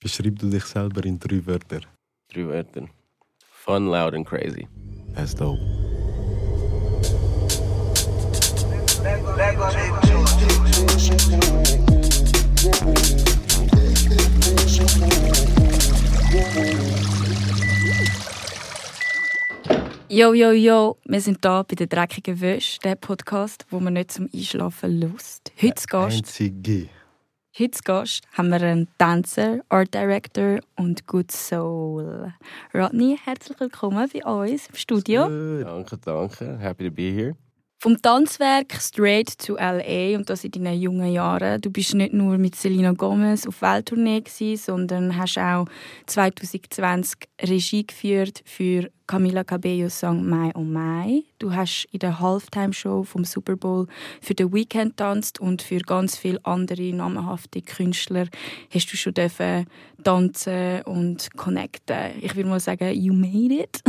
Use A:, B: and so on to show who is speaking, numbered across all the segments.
A: Beschreib du dich selber in drei Wörter.
B: Drei Wörter. Fun, loud and crazy.
A: That's dope.
C: Yo, yo, yo, wir sind da bei der dreckigen Wäsche, der Podcast, wo man nicht zum Einschlafen lust. Heute zu Gast,
A: Einzige.
C: heute zu Gast haben wir einen Tänzer, Art Director und Good Soul. Rodney, herzlich willkommen bei uns im Studio.
A: Äh,
B: Danke, danke. Happy to be here.
C: Vom Tanzwerk straight zu LA und das in deinen jungen Jahren. Du bist nicht nur mit Selena Gomez auf Welttournee, gewesen, sondern hast auch 2020 Regie geführt für Camila Cabellos Song My Oh My. Du hast in der Halftime-Show vom Super Bowl für The Weekend tanzt und für ganz viele andere namhafte Künstler hast du schon dürfen tanzen und connecten. Ich würde mal sagen, you made it.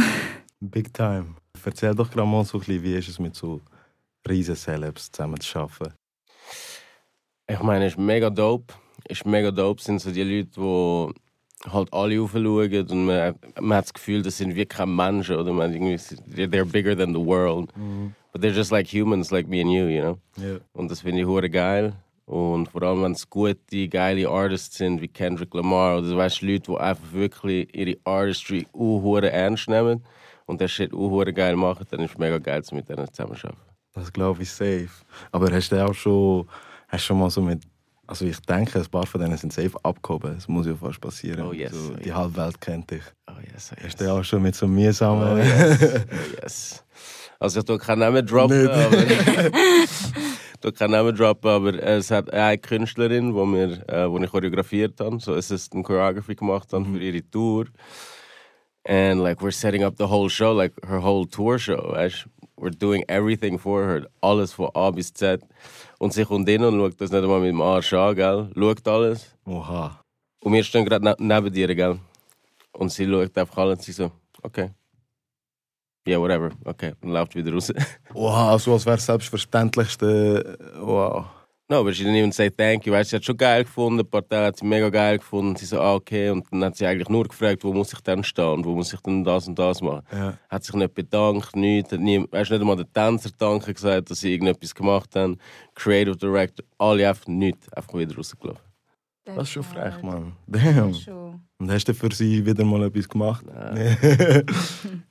A: Big time. Erzähl doch gerade mal so ein bisschen, wie ist es mit so riesen Celebs zusammen zu arbeiten?
B: Ich meine, es ist mega dope. Es ist mega dope sind so die Leute, die halt alle raufschauen und man, man hat das Gefühl, das sind wie keine Menschen oder man hat irgendwie, they're bigger than the world. But they're just like humans, like me and you, you know?
A: Ja.
B: Und das finde ich hure geil. Und vor allem, wenn es gute, geile Artists sind, wie Kendrick Lamar oder weißt, Leute, die einfach wirklich ihre Artistry uhure ernst nehmen und das Shit uhure geil machen, dann ist es mega geil, zu mit denen zusammenzuarbeiten.
A: Das glaube ich safe. Aber hast du auch schon, hast schon mal so mit, also ich denke, ein paar von denen sind safe abgehoben. Das muss ja fast passieren.
B: Oh yes,
A: so,
B: oh
A: die
B: yes.
A: halbe Welt kennt dich.
B: Oh yes, oh
A: Hast du auch schon mit so mühsamen...
B: Oh yes, oh yes. Also ich tu keinen Namen droppen,
A: Nicht.
B: aber... Ich tu keinen Namen droppen, aber es hat eine Künstlerin, wo, wir, äh, wo ich choreografiert habe, so Assistant Choreography gemacht habe für ihre Tour. And like we're setting up the whole show, like her whole tour show, weißt We're doing everything for her, alles von A bis Z. Und sie kommt hin und schaut das nicht einmal mit dem Arsch an, gell? Schaut alles.
A: Oha.
B: Und wir stehen gerade ne neben dir, gell? Und sie schaut einfach an und sie so, okay. Ja, yeah, whatever, okay. Und läuft wieder raus.
A: Oha, so als wäre es selbstverständlichste... Wow.
B: no, aber sie didn't even say thank you. Weißt, sie hat schon geil gefunden, die Partei hat sie mega geil gefunden. Sie so, ah, okay. Und dann hat sie eigentlich nur gefragt, wo muss ich denn stehen und wo muss ich denn das und das machen.
A: Ja.
B: Hat sich nicht bedankt, nichts. Hat nie, weißt, nicht einmal den Tänzer danken gesagt, dass sie irgendetwas gemacht haben. Creative Director, alle einfach nichts. Einfach wieder rausgelaufen.
A: Das ist schon frech, Mann. Damn.
C: Schon.
A: Und hast du für sie wieder mal etwas gemacht?
B: Nein.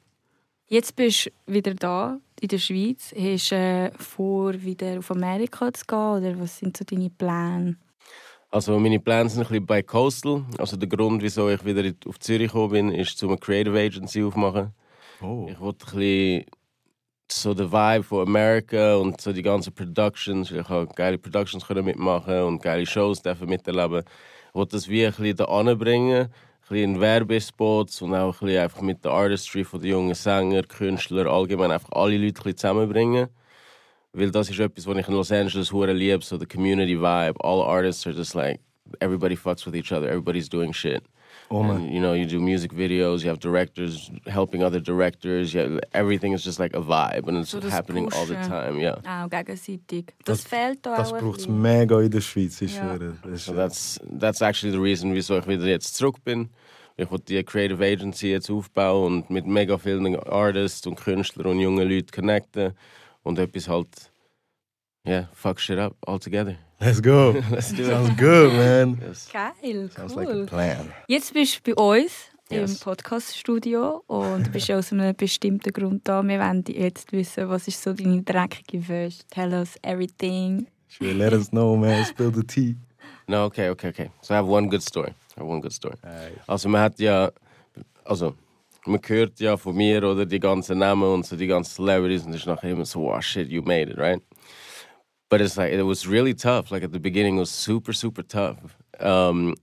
C: Jetzt bist du wieder da in der Schweiz. Hast du äh, vor, wieder auf Amerika zu gehen? Oder was sind so deine Pläne?
B: Also meine Pläne sind ein bisschen bei Coastal. Also der Grund, wieso ich wieder in- auf Zürich gekommen bin, ist, um eine Creative Agency aufmachen.
A: Oh.
B: Ich wollte ein bisschen so den Vibe von Amerika und so die ganzen Productions. Ich habe geile Productions können mitmachen und geile Shows dürfen miterleben. Ich wollte das wie ein bisschen da bringen. Ein bisschen in Werbespots und auch ein bisschen einfach mit der Artistry von den jungen Sänger, Künstler, allgemein einfach alle Leute ein bisschen zusammenbringen. Weil das ist etwas, was ich in Los Angeles hure liebe, so der Community Vibe. All artists are just like, everybody fucks with each other, everybody's doing shit.
A: Oh man.
B: And, you know, you do music videos, you have directors helping other directors. You everything is just like a vibe and it's
C: So das
B: happening all the
C: Pushen.
B: time. Yeah.
C: Auch gegenseitig. Das,
A: Das-
C: fehlt da
A: Das
C: auch. ein
A: braucht es
C: bisschen.
A: mega in der Schweiz, ich
C: Ja.
A: schwöre. Das ist-
B: So that's, that's actually the reason wieso ich wieder jetzt zurück bin. Ich wollte die Creative Agency jetzt aufbauen und mit mega vielen Artists und Künstlern und jungen Leuten connecten und etwas halt, yeah, fuck shit up altogether.
A: eh, Let's go.
B: Let's do it.
A: Sounds good, man.
B: Yes.
C: Geil,
A: Sounds like a
C: cool.
A: plan.
C: Jetzt bist du bei uns im
B: Yes.
C: Podcaststudio und du bist aus einem bestimmten Grund da. Wir wollen jetzt wissen, was ist so deine dreckige Wäsche? Tell us everything.
A: Ich will let us know, man. Spill the tea.
B: No, okay, okay, okay. So I have one good story. I have one good story. Also man hat ja, also man hört ja von mir oder die ganzen Namen und so die ganzen Celebrities und es ist nachher immer so, wow, shit, you made it, right? But it's like, it was really tough. Like at the beginning, it was super, super tough. Um,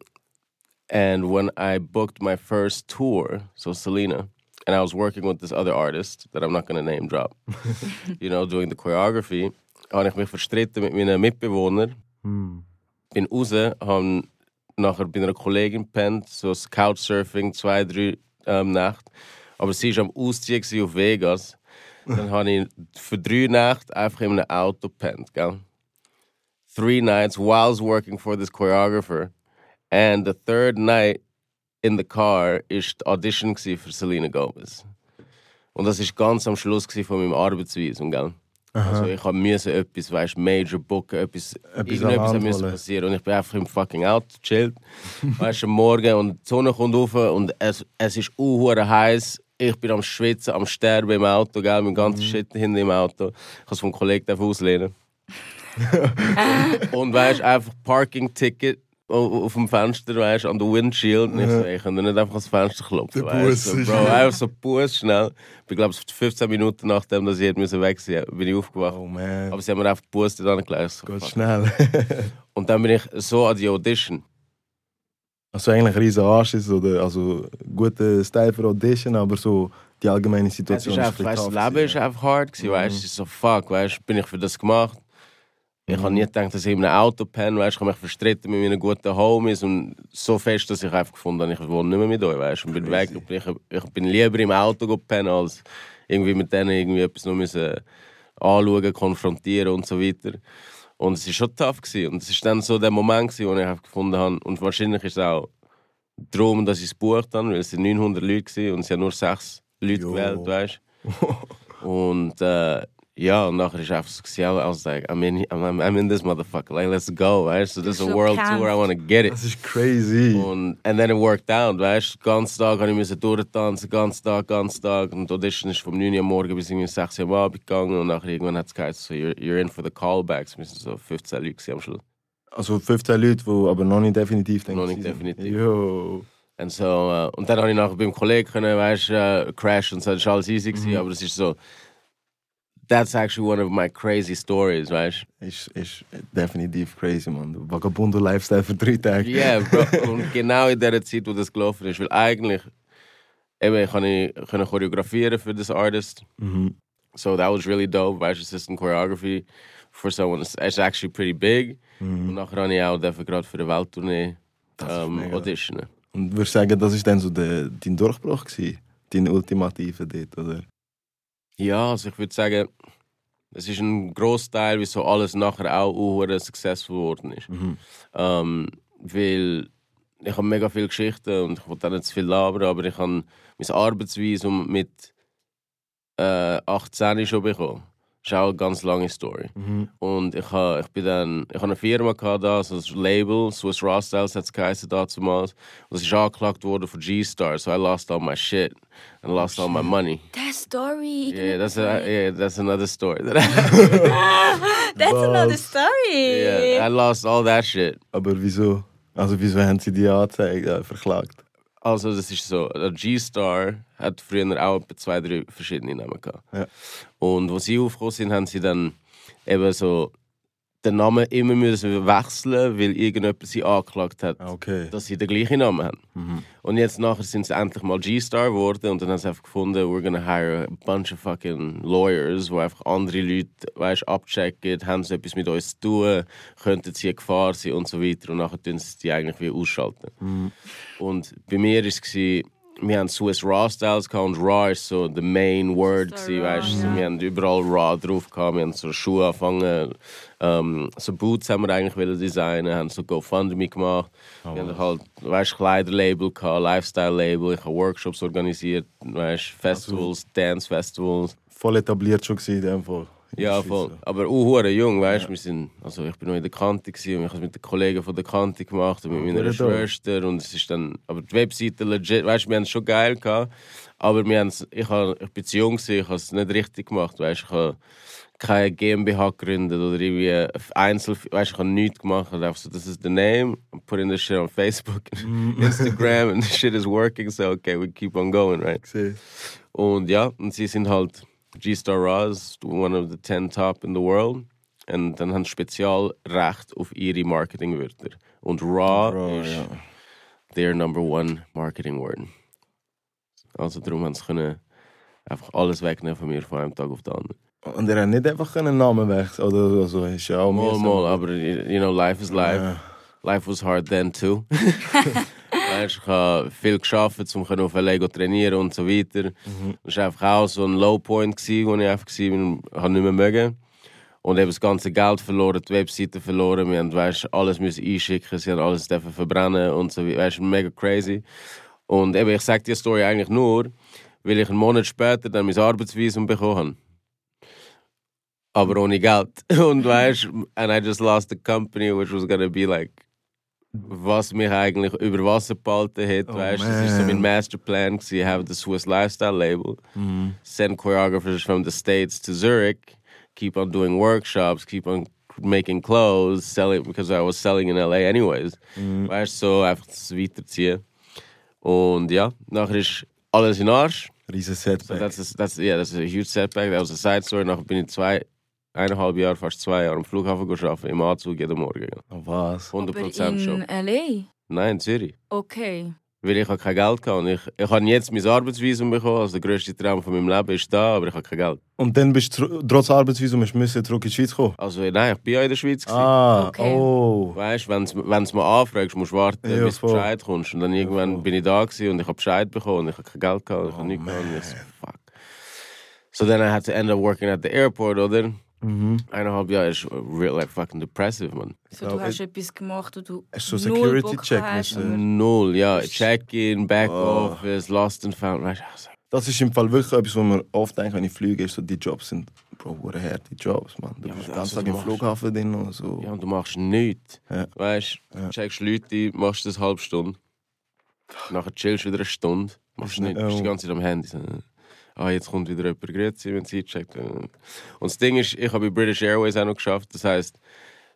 B: and when I booked my first tour, so Selena, and I was working with this other artist that I'm not going to name drop, you know, doing the choreography, habe ich mich verstritten mit meinen Mitbewohnern
A: Hm.
B: bin raus, habe nachher bei einer Kollegin gepennt, so das Couchsurfing, zwei, drei ähm, Nächte. Aber sie war am Ausziehen gewesen auf Vegas. Dann habe ich für drei Nächte einfach in einem Auto gepennt, gell? Three nights while I was working for this choreographer. And the third night, in the Car ist die Audition gsi für Selena Gomez. Und das ist ganz am Schluss gsi von meinem Arbeitsvisum, gell? Also ich habe müssen etwas, weißt, Major booken, etwas, irgendetwas
A: Alarm
B: hat müssen
A: holen.
B: passieren und ich bin einfach im fucking Auto chillt, weißt, am Morgen und die Sonne kommt auf und es, es ist uhuere heiß. Ich bin am Schwitzen, am Sterben im Auto, gell, mein ganzer Shit hinten im Auto. Ich kann es vom Kollegen darf auslehnen. und weißt, einfach Parking-Ticket au- auf dem Fenster, weißt, an der Windshield. Und ich so, ey, ich kann nicht einfach ans Fenster klopfen,
D: Der
B: weißt
D: Bus
B: so,
D: ist-
B: Bro, einfach so Bus schnell. Ich glaube, 15 Minuten nachdem, dass ich hätte müssen weg sein, bin ich aufgewacht.
A: Oh man,
B: Aber sie haben mir einfach die Bus dann gleich so,
A: geht
B: fuck.
A: schnell.
B: Und dann bin ich so an die Audition.
A: Also eigentlich ein riesen Arsch ist oder also gute Style für eh, Audition, aber so die allgemeine
B: Es
A: Situation
B: ist einfach, weißt, das Leben ist einfach hart gewesen, weißt du. Es ist so, fuck, weißt du, bin ich für das gemacht? Ich habe nie gedacht, dass ich in einem Auto penne, weißt du. Ich habe mich verstritten mit meinen guten Homies und so fest, dass ich einfach gefunden habe, ich wohne nicht mehr mit euch, weißt du. Und bin weg,
A: Crazy.
B: ich, bin- ich bin lieber im Auto gepennt, als irgendwie mit denen irgendwie etwas nur müssen anschauen, konfrontieren und so weiter. Und es war schon tough. Gewesen. Und es war dann so der Moment, gewesen, wo ich einfach gefunden habe, und wahrscheinlich ist es auch darum, dass ich es gebucht habe, weil es sind 900 Leute waren und es haben nur sechs Leute
A: Jo.
B: gewählt, weißt du. und äh, ja, und nachher ist einfach so, gewesen, I was like, I'm in, I'm, I'm in this motherfucker, like, let's go, weißt du. So, this is
C: So
B: a world
C: kämpft.
B: tour, I want to get it.
A: Das ist crazy.
B: Und and then it worked out, weißt du. Den ganzen Tag habe ich müssen durchtanzen, ganzen Tag, ganzen Tag. Und die Audition ist vom 9 Uhr morgens bis irgendwie 6 Uhr am Abend gegangen. Und nachher irgendwann hat es geheißen, so, you're, you're in for the callbacks. Wir sind so 15 Leute gewesen am Schluss.
A: Also 15 Leute, die aber noch nicht definitiv denken.
B: Noch nicht definitiv.
A: Yo.
B: Und, so, äh, und dann habe ich nachher beim Kollegen können, weißt, äh, Crash und so, das war alles easy gewesen, aber das ist so, that's actually one of my crazy stories, weißt
A: Ist, ist definitiv crazy, man. Der Vagabundo-Lifestyle für drei Tage.
B: Yeah, bro. und genau in der Zeit, wo das gelaufen ist, weil eigentlich, eben, ich konnte können choreografieren für das Artist,
A: Mhm.
B: so that was really dope, weißt, Assistant Choreography for someone, it's it's actually pretty big. Und nachher habe ich auch dafür gerade für eine Welttournee
A: Mhm. ist
B: ähm,
A: mega.
B: auditionen.
A: Und würdest du sagen, das ist dann so de, dein Durchbruch gewesen? Dein ultimativer dort, oder?
B: Ja, also ich würde sagen, es ist ein Großteil, wieso alles nachher auch unhure successful geworden ist.
A: Mhm.
B: Ähm, weil ich habe mega viele Geschichten und ich wollte auch nicht zu viel labern, aber ich habe mein Arbeitsvisum mit äh, 18 schon bekommen. Das ist auch eine ganz lange Story.
A: Mhm.
B: Und ich habe ich bin dann, ich habe eine Firma gehabt, da, so ein Label, Swiss Raw Styles hat es geheißen damals. Und es ist angeklagt worden von G-Star, so I lost all my shit and lost all my money.
C: That story.
B: Yeah, that's
C: another
B: a, yeah, that's another story.
C: That's another story.
B: yeah, I lost all that shit.
A: Aber wieso? Also wieso haben sie die angezeigt, äh, verklagt?
B: Also, das ist so, der G-Star hat früher auch etwa zwei, drei verschiedene Namen gehabt.
A: Ja.
B: Und als sie aufgekommen sind, haben sie dann eben so den Namen immer müssen wechseln, weil irgendjemand sie angeklagt hat,
A: Ah, Okay. Mhm.
B: dass sie den gleichen Namen haben. Und jetzt nachher sind sie endlich mal G-Star geworden und dann haben sie einfach gefunden, we're gonna hire a bunch of fucking lawyers, wo einfach andere Leute, weißt, abchecken, haben sie etwas mit uns zu tun, könnten sie eine Gefahr sein und so weiter und nachher tun sie die eigentlich wie ausschalten. Und bei mir war es, gewesen, wir haben Swiss Raw Styles gehabt und Raw ist so the main word,
C: so
B: gewesen,
C: raw,
B: weißt du, wir haben überall Raw drauf gehabt, wir haben so Schuhe angefangen, ähm, so Boots haben wir eigentlich wollen designen, haben so GoFundMe gemacht, wir haben halt, weißt Kleiderlabel gehabt, Lifestyle-Label, ich habe Workshops organisiert, weißt Festivals, Dance-Festivals.
A: Voll etabliert schon gewesen in dem Fall. In der
B: Ja,
A: Schweiz,
B: voll.
A: so.
B: Aber auch hure jung, weißt du. wir sind- Also ich bin noch in der Kante gewesen, und ich habe es mit den Kollegen von der Kante gemacht und mit meiner
A: Hure dope.
B: Schwester und es ist dann. Aber die Webseite legit, weißt du, wir haben es schon geil gehabt, aber wir haben's, ich, hab, ich bin zu jung gewesen, ich habe es nicht richtig gemacht, weißt du. Ich habe keine GmbH gegründet oder irgendwie eine Einzel, weißt du, ich habe nichts gemacht. Ich hab einfach so, this is the name, put in the shit on Facebook,
A: Mm.
B: Instagram and the shit is working, so okay, we keep on going, right?
A: Gesehen.
B: Und ja, und sie sind halt G-Star Raz, one of the 10 top in the world. Und dann haben sie Spezialrecht auf ihre Marketingwörter. Und Raw,
A: Raw,
B: ist
A: ja.
B: their number one Marketingword. Also darum haben sie können einfach alles wegnehmen von mir von einem Tag auf den anderen.
A: Und er hat nicht einfach einen Namen wechseln, oder? Also ist ja auch
B: Mal,
A: mühsam.
B: mal, aber you know, life is life.
A: Ja.
B: Life was hard then too. weißt, ich habe viel geschafft, um auf LA zu trainieren und so weiter. Das war einfach auch so ein Low Point, gewesen, wo ich einfach war, habe nicht mehr mögen. Und eben das ganze Geld verloren, die Webseite verloren, wir haben weißt, alles müssen einschicken, sie haben alles dürfen verbrennen und so weiter. Weißt, mega crazy. Und eben, ich sage die Story eigentlich nur, weil ich einen Monat später dann mein Arbeitsvisum bekommen habe. Aber ohne Geld. Und weißt and I just lost the company, which was gonna be like, was mich eigentlich über Wasser gehalten hat.
A: Oh,
B: weißt das war so
A: man.
B: mein Masterplan, gewesen, have the Swiss Lifestyle Label.
A: Mm-hmm.
B: send choreographers from the states to Zurich, keep on doing workshops, keep on making clothes, selling because I was selling in LA anyways.
A: Mm-hmm.
B: Weißt du, so einfach das weiterziehen. Und ja, nachher ist alles in Arsch.
A: Riesen
B: So
A: Setback.
B: that's a, that's yeah, that's a huge setback. That was a side story. Nachher bin ich zwei eineinhalb Jahre, fast zwei Jahre am Flughafen geschafft, im Anzug jeden Morgen.
A: Oh, was?
B: 100%
C: in
B: schon.
C: L.A.?
B: Nein, in Zürich.
C: Okay.
B: Weil ich habe kein Geld gehabt. Und ich, ich habe jetzt mein Arbeitsvisum bekommen. Also der grösste Traum von meinem Leben ist da, aber ich habe kein Geld.
A: Und dann bist du tr- trotz Arbeitsvisum hast du müssen zurück in die Schweiz kommen.
B: Also nein, ich bin ja in der Schweiz. gewesen.
A: Ah,
C: Okay.
A: oh.
B: Weißt du, wenn du mal anfragst, musst du warten,
A: Ja,
B: bis du
A: voll.
B: Bescheid kommst. Und dann irgendwann
A: voll.
B: bin ich da gewesen und ich habe Bescheid bekommen und ich habe kein Geld gehabt, und ich habe
A: Oh,
B: nichts gehabt. Und ich so,
A: man.
B: fuck. So then I had to end up working at the airport, oder?
A: Mhm.
B: Eineinhalb Jahre ist real like fucking depressive, man.
C: So, du
A: glaub,
C: hast etwas gemacht und du
A: Hast du
C: null
A: Security
C: Bock
A: check
C: hast,
A: müssen?
C: aber-
B: Null, ja.
C: Das-
B: Check-in,
A: Oh.
B: Back-office, lost and found. Weißt du, also,
A: Das ist im Fall wirklich etwas, wo man oft denkt, wenn ich fliege, ist so, die Jobs sind, Bro, woher her, die Jobs, man. Du
B: Ja,
A: bist den
B: aber das,
A: ganzen
B: was
A: Tag
B: du
A: im
B: machst.
A: Flughafen drin und so.
B: ja, und du machst nichts.
A: Ja.
B: Weißt du,
A: Ja.
B: checkst Leute ein, machst das eine halbe Stunde. Nachher chillst du wieder eine Stunde. Machst
A: Ist
B: nichts,
A: nicht-
B: bist die
A: oh.
B: ganze Zeit am Handy. so, äh, Ah, jetzt kommt wieder jemand, grüezi, wenn sie eincheckt. äh. Und das Ding ist, ich habe bei British Airways auch noch geschafft. Das heisst,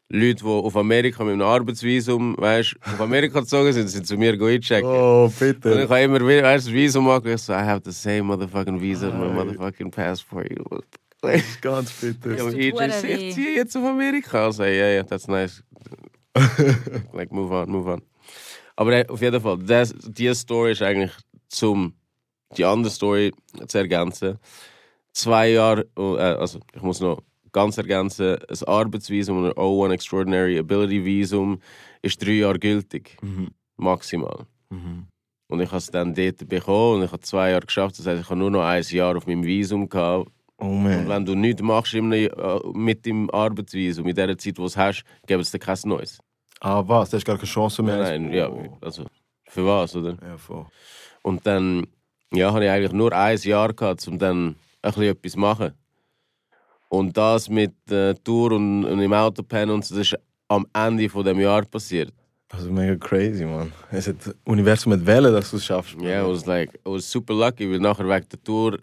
B: Leute, die auf Amerika mit einem Arbeitsvisum, weißt auf Amerika gezogen sind, sind zu mir einchecken.
A: Oh,
B: Und ich
A: bitte.
B: habe immer wieder weißt, das Visum angelegt, so, I have the same motherfucking visa in my motherfucking passport.
A: Ganz
B: Ja,
A: bitte.
B: aber
C: tut
B: ich
C: hure weh.
B: ich ziehe jetzt auf Amerika. Also, ja, ja, that's nice. like, move on, move on. Aber äh, auf jeden Fall, das, die Story ist eigentlich zum die andere Story zu ergänzen. Zwei Jahre, oh, äh, also ich muss noch ganz ergänzen, ein Arbeitsvisum oder O1 Extraordinary Ability Visum ist drei Jahre gültig,
A: Mhm.
B: maximal.
A: Mhm.
B: Und ich habe es dann dort bekommen und ich habe zwei Jahre geschafft. Das heißt, ich habe nur noch ein Jahr auf meinem Visum gehabt,
A: Oh,
B: und
A: man.
B: wenn du nichts machst im, äh, mit dem Arbeitsvisum, mit der Zeit, die du hast, geben sie dir kein Neues.
A: Ah, was? Du hast gar keine Chance mehr.
B: Nein, ja,
A: Oh.
B: also für was, oder?
A: Ja, voll.
B: Und dann ja, hatte ich eigentlich nur ein Jahr, gehabt, um dann ein bisschen etwas zu machen. Und das mit äh, Tour und, und im Autopen und so, das ist am Ende von dem Jahr passiert.
A: Also mega crazy, man. Es hat das Universum mit Wellen, dass du es schaffst.
B: Ja, also- yeah, I was like, I was super lucky, weil nachher wegen der Tour,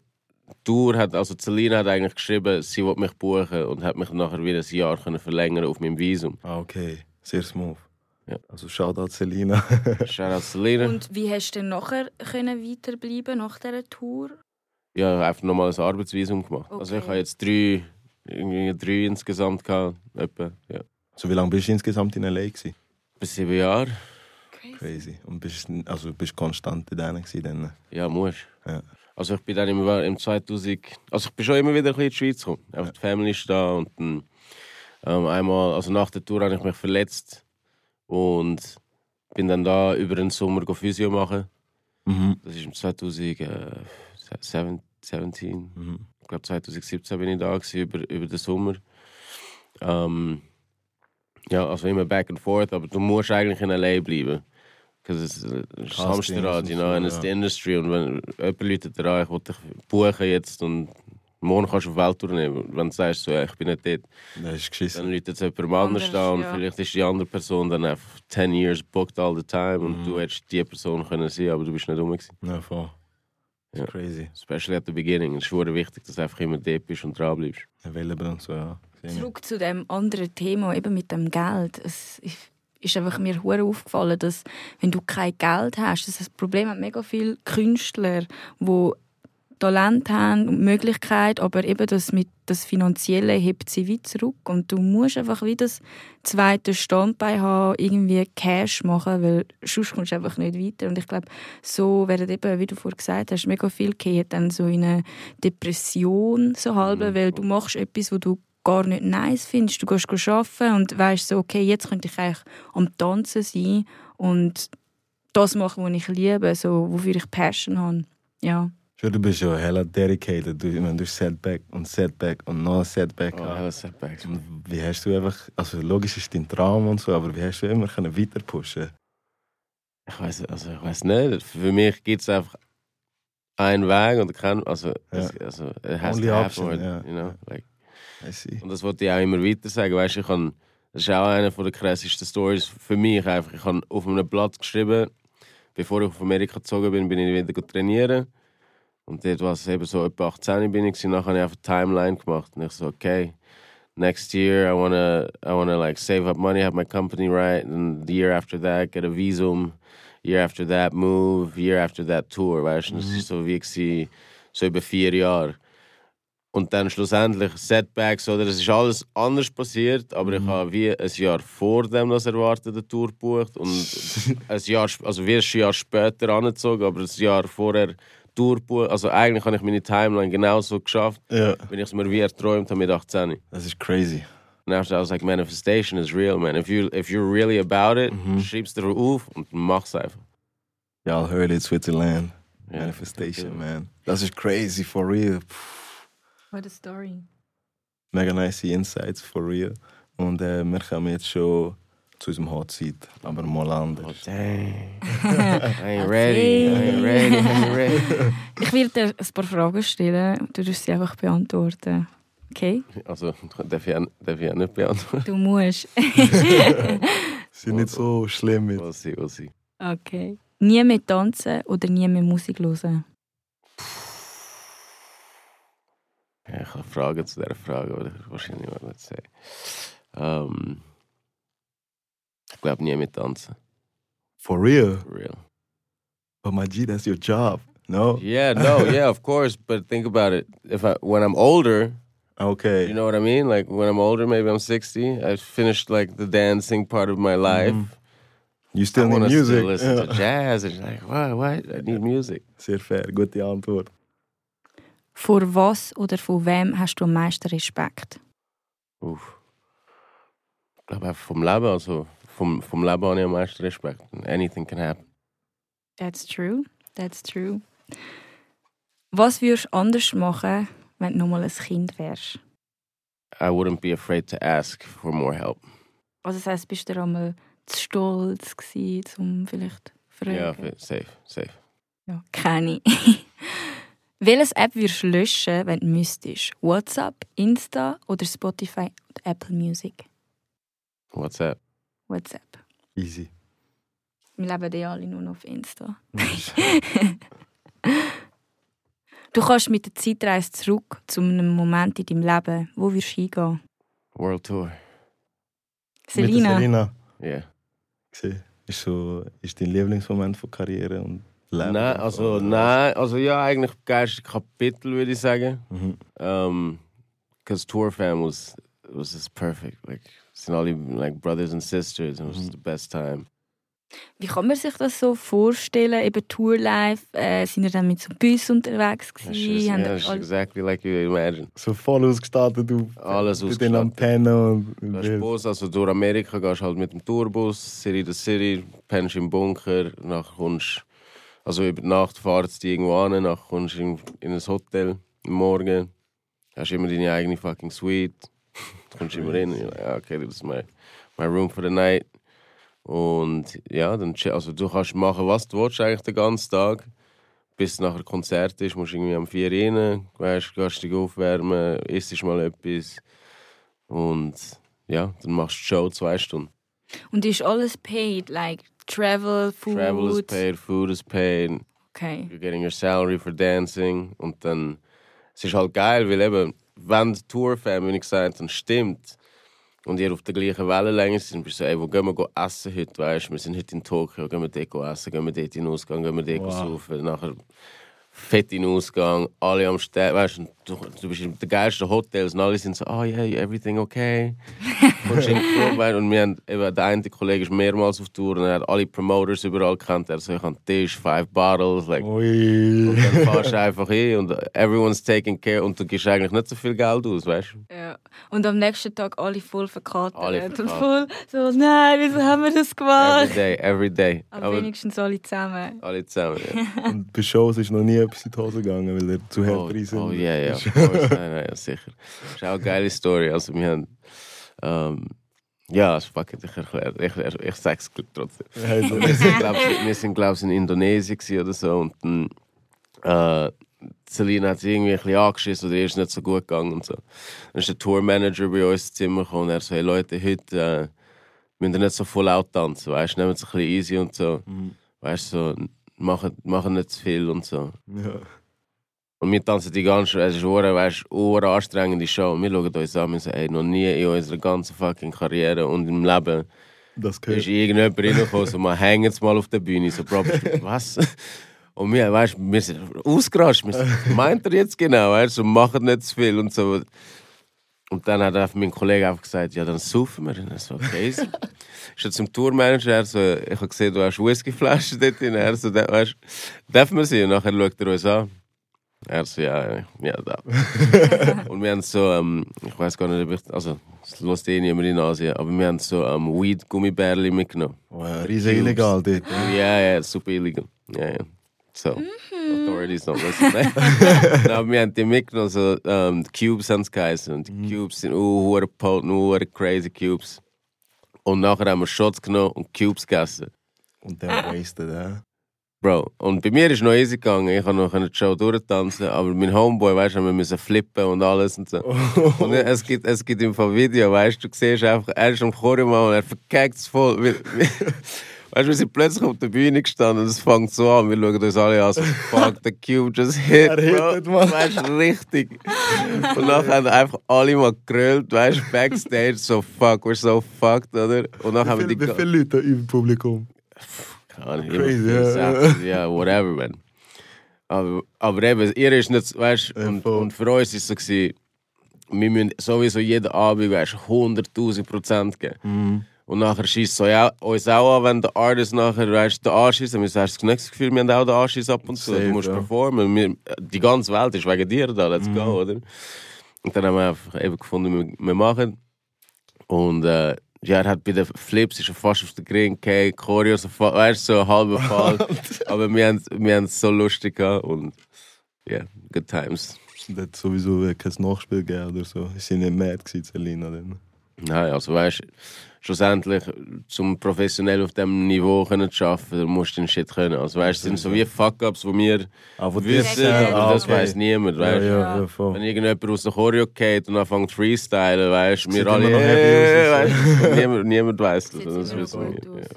B: Tour hat, also Celine hat eigentlich geschrieben, sie will mich buchen und hat mich nachher wieder ein Jahr können verlängern auf meinem Visum.
A: Ah, okay. Sehr smooth.
B: Ja.
A: Also Shoutout Selina.
B: Shoutout Celine.
C: Und wie hast du denn nachher können weiterbleiben nach dieser Tour?
B: Ja, einfach nochmal ein Arbeitsvisum gemacht. Also ich
C: Okay.
B: habe jetzt drei, irgendwie drei insgesamt gehabt, etwa, ja.
A: so, wie lange bist du insgesamt in L.A.? Gewesen?
B: Bis sieben Jahre.
A: Crazy. Und bist, also bist konstant in denen gewesen? Dann.
B: Ja, musst.
A: Ja.
B: Also ich bin dann im, im 2000, also ich bin schon immer wieder ein bisschen in die Schweiz gekommen. Einfach die Family ist da und dann, ähm, einmal, also nach der Tour habe ich mich verletzt und bin dann da über den Sommer go Physio machen.
A: Mhm.
B: Das ist im äh, 2017.
A: Mhm.
B: ich glaube 2017 bin ich da gewesen, über, über den Sommer. Ähm, ja, also immer back and forth, aber du musst eigentlich in L.A. bleiben. Because es ist
A: Castings
B: Hamsterrad,
A: und
B: you know,
A: so,
B: and it's
A: ja.
B: the industry. Und wenn jemand läutet dir an, ich will dich buchen jetzt und morgen kannst du auf Welttour nehmen. Wenn du sagst, so, ja, ich bin nicht dort,
A: Das ist geschissen.
B: dann läutet es jemand anders
C: Anders,
B: an und
C: ja.
B: vielleicht ist die andere Person dann einfach 10 years booked all the time
A: Mhm.
B: und du hättest die Person können sein, aber du bist nicht rum gewesen.
A: Ja, voll. Das ist crazy.
B: Especially at the beginning. Es ist verdammt wichtig, dass du einfach immer dort bist und dran bleibst.
A: Eine Welle und so, ja. Gesehen.
C: Zurück zu dem anderen Thema, eben mit dem Geld. Es ist einfach mir hure aufgefallen, dass wenn du kein Geld hast, das, ist das Problem hat mega viele Künstler, die Talent haben und Möglichkeit, aber eben das mit das Finanzielle hebt sie weit zurück und du musst einfach wie das zweite Standbein haben, irgendwie Cash machen, weil sonst kommst du einfach nicht weiter und ich glaube, so werden eben, wie du vorhin gesagt hast, mega viel gehen dann so in eine Depression so halbe, weil du machst etwas, wo du gar nicht nice findest, du gehst go arbeiten und weißt so, okay, jetzt könnte ich eigentlich am Tanzen sein und das machen, was ich liebe, so, wofür ich Passion habe. Ja.
A: Schau, du bist ja hella dedicated. Du, ich meine, du hast Setback und Setback und noch ein Setback.
B: Oh,
A: gehabt.
B: hella setbacks, man.
A: Und wie hast du einfach, also logisch ist dein Traum und so, aber wie hast du immer können weiter pushen?
B: Ich weiß also ich weiß nicht. Für mich gibt es einfach einen Weg und kein, also, es, also it has
A: Only
B: to happen,
A: option, ja.
B: you know, like.
A: I see.
B: Und das wollte ich auch immer weiter sagen. Weißt, ich kann, das ist auch eine der krassesten Stories für mich. Einfach. Ich habe auf einem Blatt geschrieben, bevor ich auf Amerika gezogen bin, bin ich wieder trainieren. Und dort war es eben so, etwa 18 bin ich, und dann habe ich einfach eine Timeline gemacht. Und ich so, okay, next year I wanna, I wanna like save up money, have my company right, and the year after that get a Visum, year after that move, year after that tour, weißt du? Und Das ist so wie gewesen, so über vier Jahre. Und dann schlussendlich Setbacks, oder? Es ist alles anders passiert, aber
A: Mhm.
B: ich habe wie ein Jahr vor dem das erwartete Tour gebucht und ein Jahr, sp- also wie ein Jahr später angezogen, aber ein Jahr vorher Tour gebucht. Also eigentlich habe ich meine Timeline genauso geschafft,
A: Ja,
B: wenn ich es mir wie erträumt habe mit 18.
A: das ist crazy.
B: And after I was like, Manifestation is real, man. If, you, if you're really about it,
A: Mhm.
B: schreib's dir auf und mach's einfach.
A: Y'all heard it, Switzerland.
B: Ja.
A: Manifestation, man. Das ist crazy, for real. Pff,
C: What a story.
A: Mega nice Insights, for real. Und äh, wir kommen jetzt schon zu unserem Hot Seat, aber mal
B: Oh,
A: anders.
B: dang. I ain't ready. I ain't ready. I ain't ready.
C: Ich werde dir ein paar Fragen stellen und du darfst sie einfach beantworten. Okay?
B: Also, darf ich, auch- darf ich auch nicht beantworten?
C: Du musst.
A: Sie sind nicht so schlimm mit.
B: We'll see, we'll see.
C: Okay. Nie mehr tanzen oder nie mehr Musik hören?
B: Ja, ich habe Fragen zu dieser Frage, aber ich wahrscheinlich mal nicht sagen. Ähm, ich glaube nie mit Tanzen.
A: For real.
B: For real.
A: But my G, that's your job. No?
B: Yeah, no, yeah, of course. But think about it. If I, when I'm older,
A: Okay.
B: you know what I mean? Like when I'm older, maybe I'm 60, I finished like the dancing part of my life.
A: You
B: I
A: still need
B: wanna
A: music.
B: Mm-hmm. still listen
A: Ja.
B: to jazz. And like, what, what? I need music.
A: Sehr fair, gute Antwort.
C: Vor was oder von wem hast du am meisten Respekt?
B: Uff. Ich glaube einfach vom Leben, also vom, vom Leben habe ich am meisten Respekt. Anything can happen.
C: That's true. That's true. Was würdest du anders machen, wenn du nochmal ein Kind wärst?
B: I wouldn't be afraid to ask for more help.
C: Also das heisst, bist du einmal zu stolz gewesen, um vielleicht zu fragen?
B: Ja, f- safe, safe.
C: Ja, keine. Welches App würdest du löschen, wenn du müsstest? WhatsApp, Insta oder Spotify und Apple Music?
B: What's up?
C: WhatsApp.
A: Easy.
C: Wir leben ja alle nur noch auf Insta. Du kannst mit der Zeitreise zurück zu einem Moment in deinem Leben. Wo würdest du hingehen?
B: World Tour.
A: Mit der
C: Selina,
A: Selina.
B: Yeah.
A: Gesehen. Ist, so, ist dein Lieblingsmoment von Karriere und Leben?
B: Nein, also nein, also ja, eigentlich geilste Kapitel würde ich sagen.
A: Mhm.
B: Um, cause Tour Fam was was just perfect. Like it's not even like brothers and sisters. and It was
A: Mhm.
B: the best time.
C: wie kann man sich das so vorstellen? Eben Tourlife, äh, sind ihr dann mit so einem Bus unterwegs
B: It's just,
C: gewesen?
B: yeah,
C: Haben
B: it's
C: alle-
B: exactly like you imagine.
A: So voll ausgestattet, du
B: Alles
A: mit
B: ausgestattet.
A: den Antennen
B: Du
A: und
B: hast
A: wild.
B: Bus, also durch Amerika gehst halt mit dem Tourbus, City to City, pennst im Bunker, nach kommst, also über die Nacht fahrst du irgendwo an, nach kommst du in, in ein Hotel am Morgen, hast immer deine eigene fucking Suite, du kommst immer rein, und you're like, ah, okay, das ist my, my room for the night. Und ja, dann chill- also du kannst machen, was du willst eigentlich den ganzen Tag. Bis nachher Konzert ist, musst du irgendwie am 4 rein, weißt, gehst dich aufwärmen, isst mal etwas. Und ja, dann machst du die Show zwei Stunden.
C: Und ist alles paid? Like Travel, Food?
B: Travel is paid, food is paid,
C: Okay.
B: you're getting your salary for dancing. Und dann, es ist halt geil, weil eben, wenn die Tour-Fan, wie ich gesagt dann stimmt und ihr auf der gleichen Wellenlänge sind, bist du so, ey, wo gehen wir go essen heute, weißt wir sind heute in Tokio, gehen wir dort go essen, gehen wir dort in den Ausgang, gehen wir dort wow. saufen, nachher fett in den Ausgang, alle am Stern, weißt du, du, du bist in den geilsten Hotels und alle sind so, oh yeah, everything okay. Kommst in den Club, weißt, und wir haben, eben, der eine Kollege ist mehrmals auf Tour und er hat alle Promoters überall gekannt, er hat so, ich habe einen Tisch, five bottles, like,
A: Ui.
B: und dann fahrst du einfach hin und everyone's taking care und du gibst eigentlich nicht so viel Geld dus aus, weißt du?
C: Ja. Und am nächsten Tag alle voll verkatert.
B: Alle
C: Und
B: verkatert.
C: voll so, nein, wieso haben wir das gemacht?
B: Every day, every day.
C: Aber, wenigstens alle zusammen.
B: alle zusammen. Ja.
A: Und bei Shows ist noch nie etwas in die Hose gegangen, weil er zu hell
B: Oh,
A: preis
B: oh yeah, yeah, of course. Nein, nein, ja, sicher. Das ist auch eine geile Story. Also wir haben ähm, Ja, ist fucking, ich erkläre, ich, ich, ich sag's trotzdem.
A: Also,
B: wir sind, glaube ich, glaub, in Indonesien gewesen oder so und dann, äh, Celine hat sie irgendwie ein bisschen angeschissen oder ihr ist nicht so gut gegangen und so. Dann ist der Tourmanager bei uns ins Zimmer gekommen und er so, hey Leute, heute äh, müsst ihr nicht so voll laut tanzen, weißt du, nehmt es ein bisschen easy und so. Weißt du, so, machen, machen nicht zu viel und so.
A: ja.
B: Und wir tanzen die ganze Show. Es ist eine weißt, hure anstrengende Show. Und Wir schauen uns an und sagen, ey, noch nie in unserer ganzen fucking Karriere und im Leben
A: Das gehört.
B: ist irgendjemand reingekommen, so, man hängt jetzt mal auf der Bühne. So, Bro, bist du- was? Und wir, weißt, wir sind ausgerascht. Wir sind, was meint er jetzt genau? Weißt, so, machen nicht zu viel und so. Und dann hat einfach mein Kollege einfach gesagt, ja, dann saufen wir. Und ich so, okay. easy. Ist er zum Tourmanager, er so, ich habe gesehen, du hast Whiskyflaschen dort drin. Er so, da- weißt, darf man sie? Und nachher schaut er uns an. Er so, ja, ja, ja, da. Und wir haben so, ähm, ich weiß gar nicht, ob ich, also, es lässt eh niemand in Asien, aber wir haben so ähm, Weed-Gummibärli mitgenommen.
A: Oh, ja, riesig illegal dort.
B: Ja, ja, super illegal. Ja, ja. So, authorities don't listen. Nein, aber wir haben die mitgenommen, so ähm, die Cubes haben es geheißen. Und die Cubes sind uh, hure potent, hure crazy Cubes. Und nachher haben wir Shots genommen und Cubes gegessen.
A: Und dann wasted, ja.
B: Bro, und bei mir ist noch easy gegangen. Ich konnte noch die Show durchtanzen, aber mein Homeboy, weißt du, wir müssen flippen und alles und so.
A: Oh.
B: Und es gibt, es gibt im Fall Video, weißt du, du siehst einfach, er ist am Chorium und er verkackt es voll. Weil, weißt du, wir sind plötzlich auf der Bühne gestanden und es fängt so an, wir schauen uns alle an, so, fuck, the Cube just hit.
A: Er hittet,
B: bro.
A: Mann.
B: Weißt du, richtig. Und nachher haben einfach alle mal gegrillt, weißt du, backstage, so fuck, we're so fucked, oder? Und nachher haben wir die.
A: Wie viele Leute im Publikum?
B: Keine Ahnung,
A: Crazy,
B: immer
A: ja,
B: viel Sex, ja, whatever, man. Aber, aber eben, ihr ist nicht, weißt
A: Ja,
B: und,
A: voll.
B: und für uns war es so, gewesen, wir müssen sowieso jeden Abend, weißt 100.000 Prozent geben. Und nachher schießt so, ja, uns auch an, wenn der Artist nachher, weißt den Anschießt, dann hast du das nächste Gefühl, wir haben auch den Anschieß ab und zu,
A: Safe,
B: du musst
A: ja. Mhm.
B: performen. Wir, die ganze Welt ist wegen dir da, let's go, oder? Und dann haben wir einfach eben gefunden, wir, wir machen. Und äh, ja, er hat bei den Flips ist er fast auf den Green gegangen, Choreo, so, fa- weißt du, so ein halber Fall. Aber wir haben wir haben es so lustig gehabt und ja, good times.
A: Es hat sowieso kein Nachspiel gegeben oder so. Sie sind nicht mad, gewesen, Selina. Dann.
B: Nein, also weißt du, schlussendlich, zum professionell auf diesem Niveau können zu arbeiten, dann musst du den Shit können. Also weißt du, es sind so wie Fuck-Ups, die wir
A: Ah, von dir
B: wissen,
A: selber.
B: aber
A: Ah,
B: das
A: okay.
B: weiß niemand,
A: Ja,
B: weißt du.
A: ja, ja, voll.
B: Wenn irgendjemand aus der Choreo geht und anfängt zu freestylen, weißt du,
A: Sieht
B: wir alle,
A: immer noch
B: hey,
A: happy aus,
B: weißt du, niemand, niemand weiß das.
C: Sieht
B: das
C: immer
B: wissen
C: noch
B: wir.
C: gut aus.
B: Ja.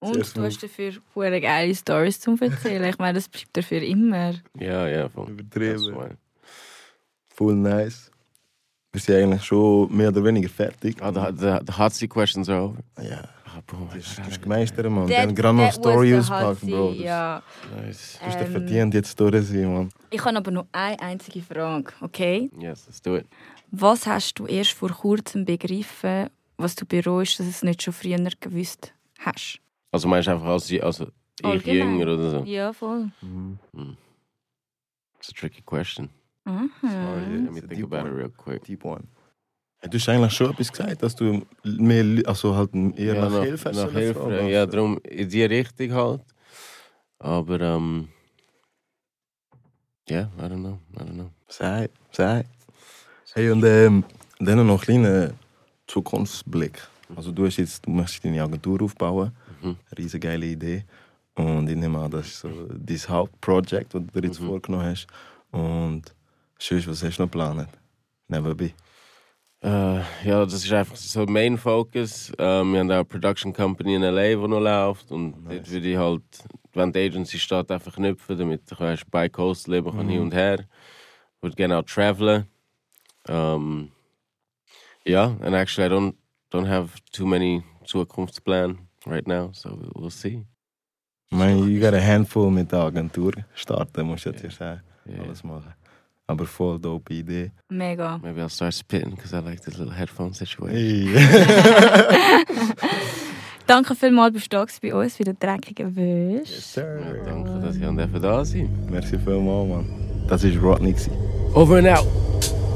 A: Sehr
C: Und du
A: smooth.
C: hast dafür hure geile Stories zum Erzählen. Ich meine, das bleibt dafür immer.
B: Ja, ja, voll. That's
A: Übertrieben.
B: why.
A: Voll nice. Wir sind eigentlich schon mehr oder weniger fertig.
B: Ah, the, the, the hot seat questions are over.
A: Ja,
B: Ah, boom.
A: das ist, das ist gemeistert, Mann. Dann gerade noch
C: that was
A: Story
C: the
A: auspackt,
C: hot
A: Bro.
C: seat,
A: Das,
C: Ja.
B: Nice.
A: das ist der
C: Ähm,
A: verdient jetzt durch sein, Mann.
C: Ich habe aber noch eine einzige Frage, okay?
B: Yes, let's do it.
C: Was hast du erst vor kurzem begriffen, was du bereust, dass du es nicht schon früher gewusst hast?
B: Also meinst du einfach als, also ich
C: Allgemein.
B: jünger oder so? Hm.
C: Ja, voll.
A: Mhm.
B: It's a tricky question.
C: Mhm.
A: Sorry.
B: Let
A: It's
B: me
A: a
B: think
A: deep
B: about it
A: one.
B: real quick.
A: Deep One. Du hast eigentlich schon etwas gesagt, dass du mehr, Leu- also halt eher nach, Hilfe hast
B: nach
A: sollen
B: Hilfe.
A: fragen.
B: ja, darum in die Richtung halt. Aber ähm, ja, I don't know, I don't know.
A: Sei, sei. Hey, und ähm, dann noch ein kleiner Zukunftsblick. Also du, hast jetzt, du möchtest deine Agentur aufbauen.
B: Mhm.
A: Riesige geile Idee. Und ich nehme an, das ist so dein Hauptprojekt, das du dir
B: Mhm.
A: jetzt vorgenommen hast. Und sonst, was hast du noch geplant? Nebenbei.
B: Äh, ja, das ist einfach so Main Focus. Ähm, wir haben auch eine Production Company in LA, die noch läuft. Und dort würde ich halt, wenn die Agency steht, einfach knüpfen, damit ich weiss, bei Coast leben kann, hin und her. Ich würde gerne auch travelen. Ähm, ja, and actually I don't, don't have too many Zukunftspläne right now, so we'll see.
A: Ich meine, you got a handful mit der Agentur starten, musst du jetzt
B: Ja.
A: hier sagen.
B: Yeah.
A: Alles machen. Aber voll dope Idee.
C: Mega.
B: Maybe I'll start spitting because I like this little headphone situation.
C: Danke vielmals, bist du da gewesen bei uns für den dreckigen Wisch.
B: Ja,
A: Sir.
B: danke, dass ich an der da sein.
A: Merci vielmals, Mann. Das war Rodney.
B: Over and out.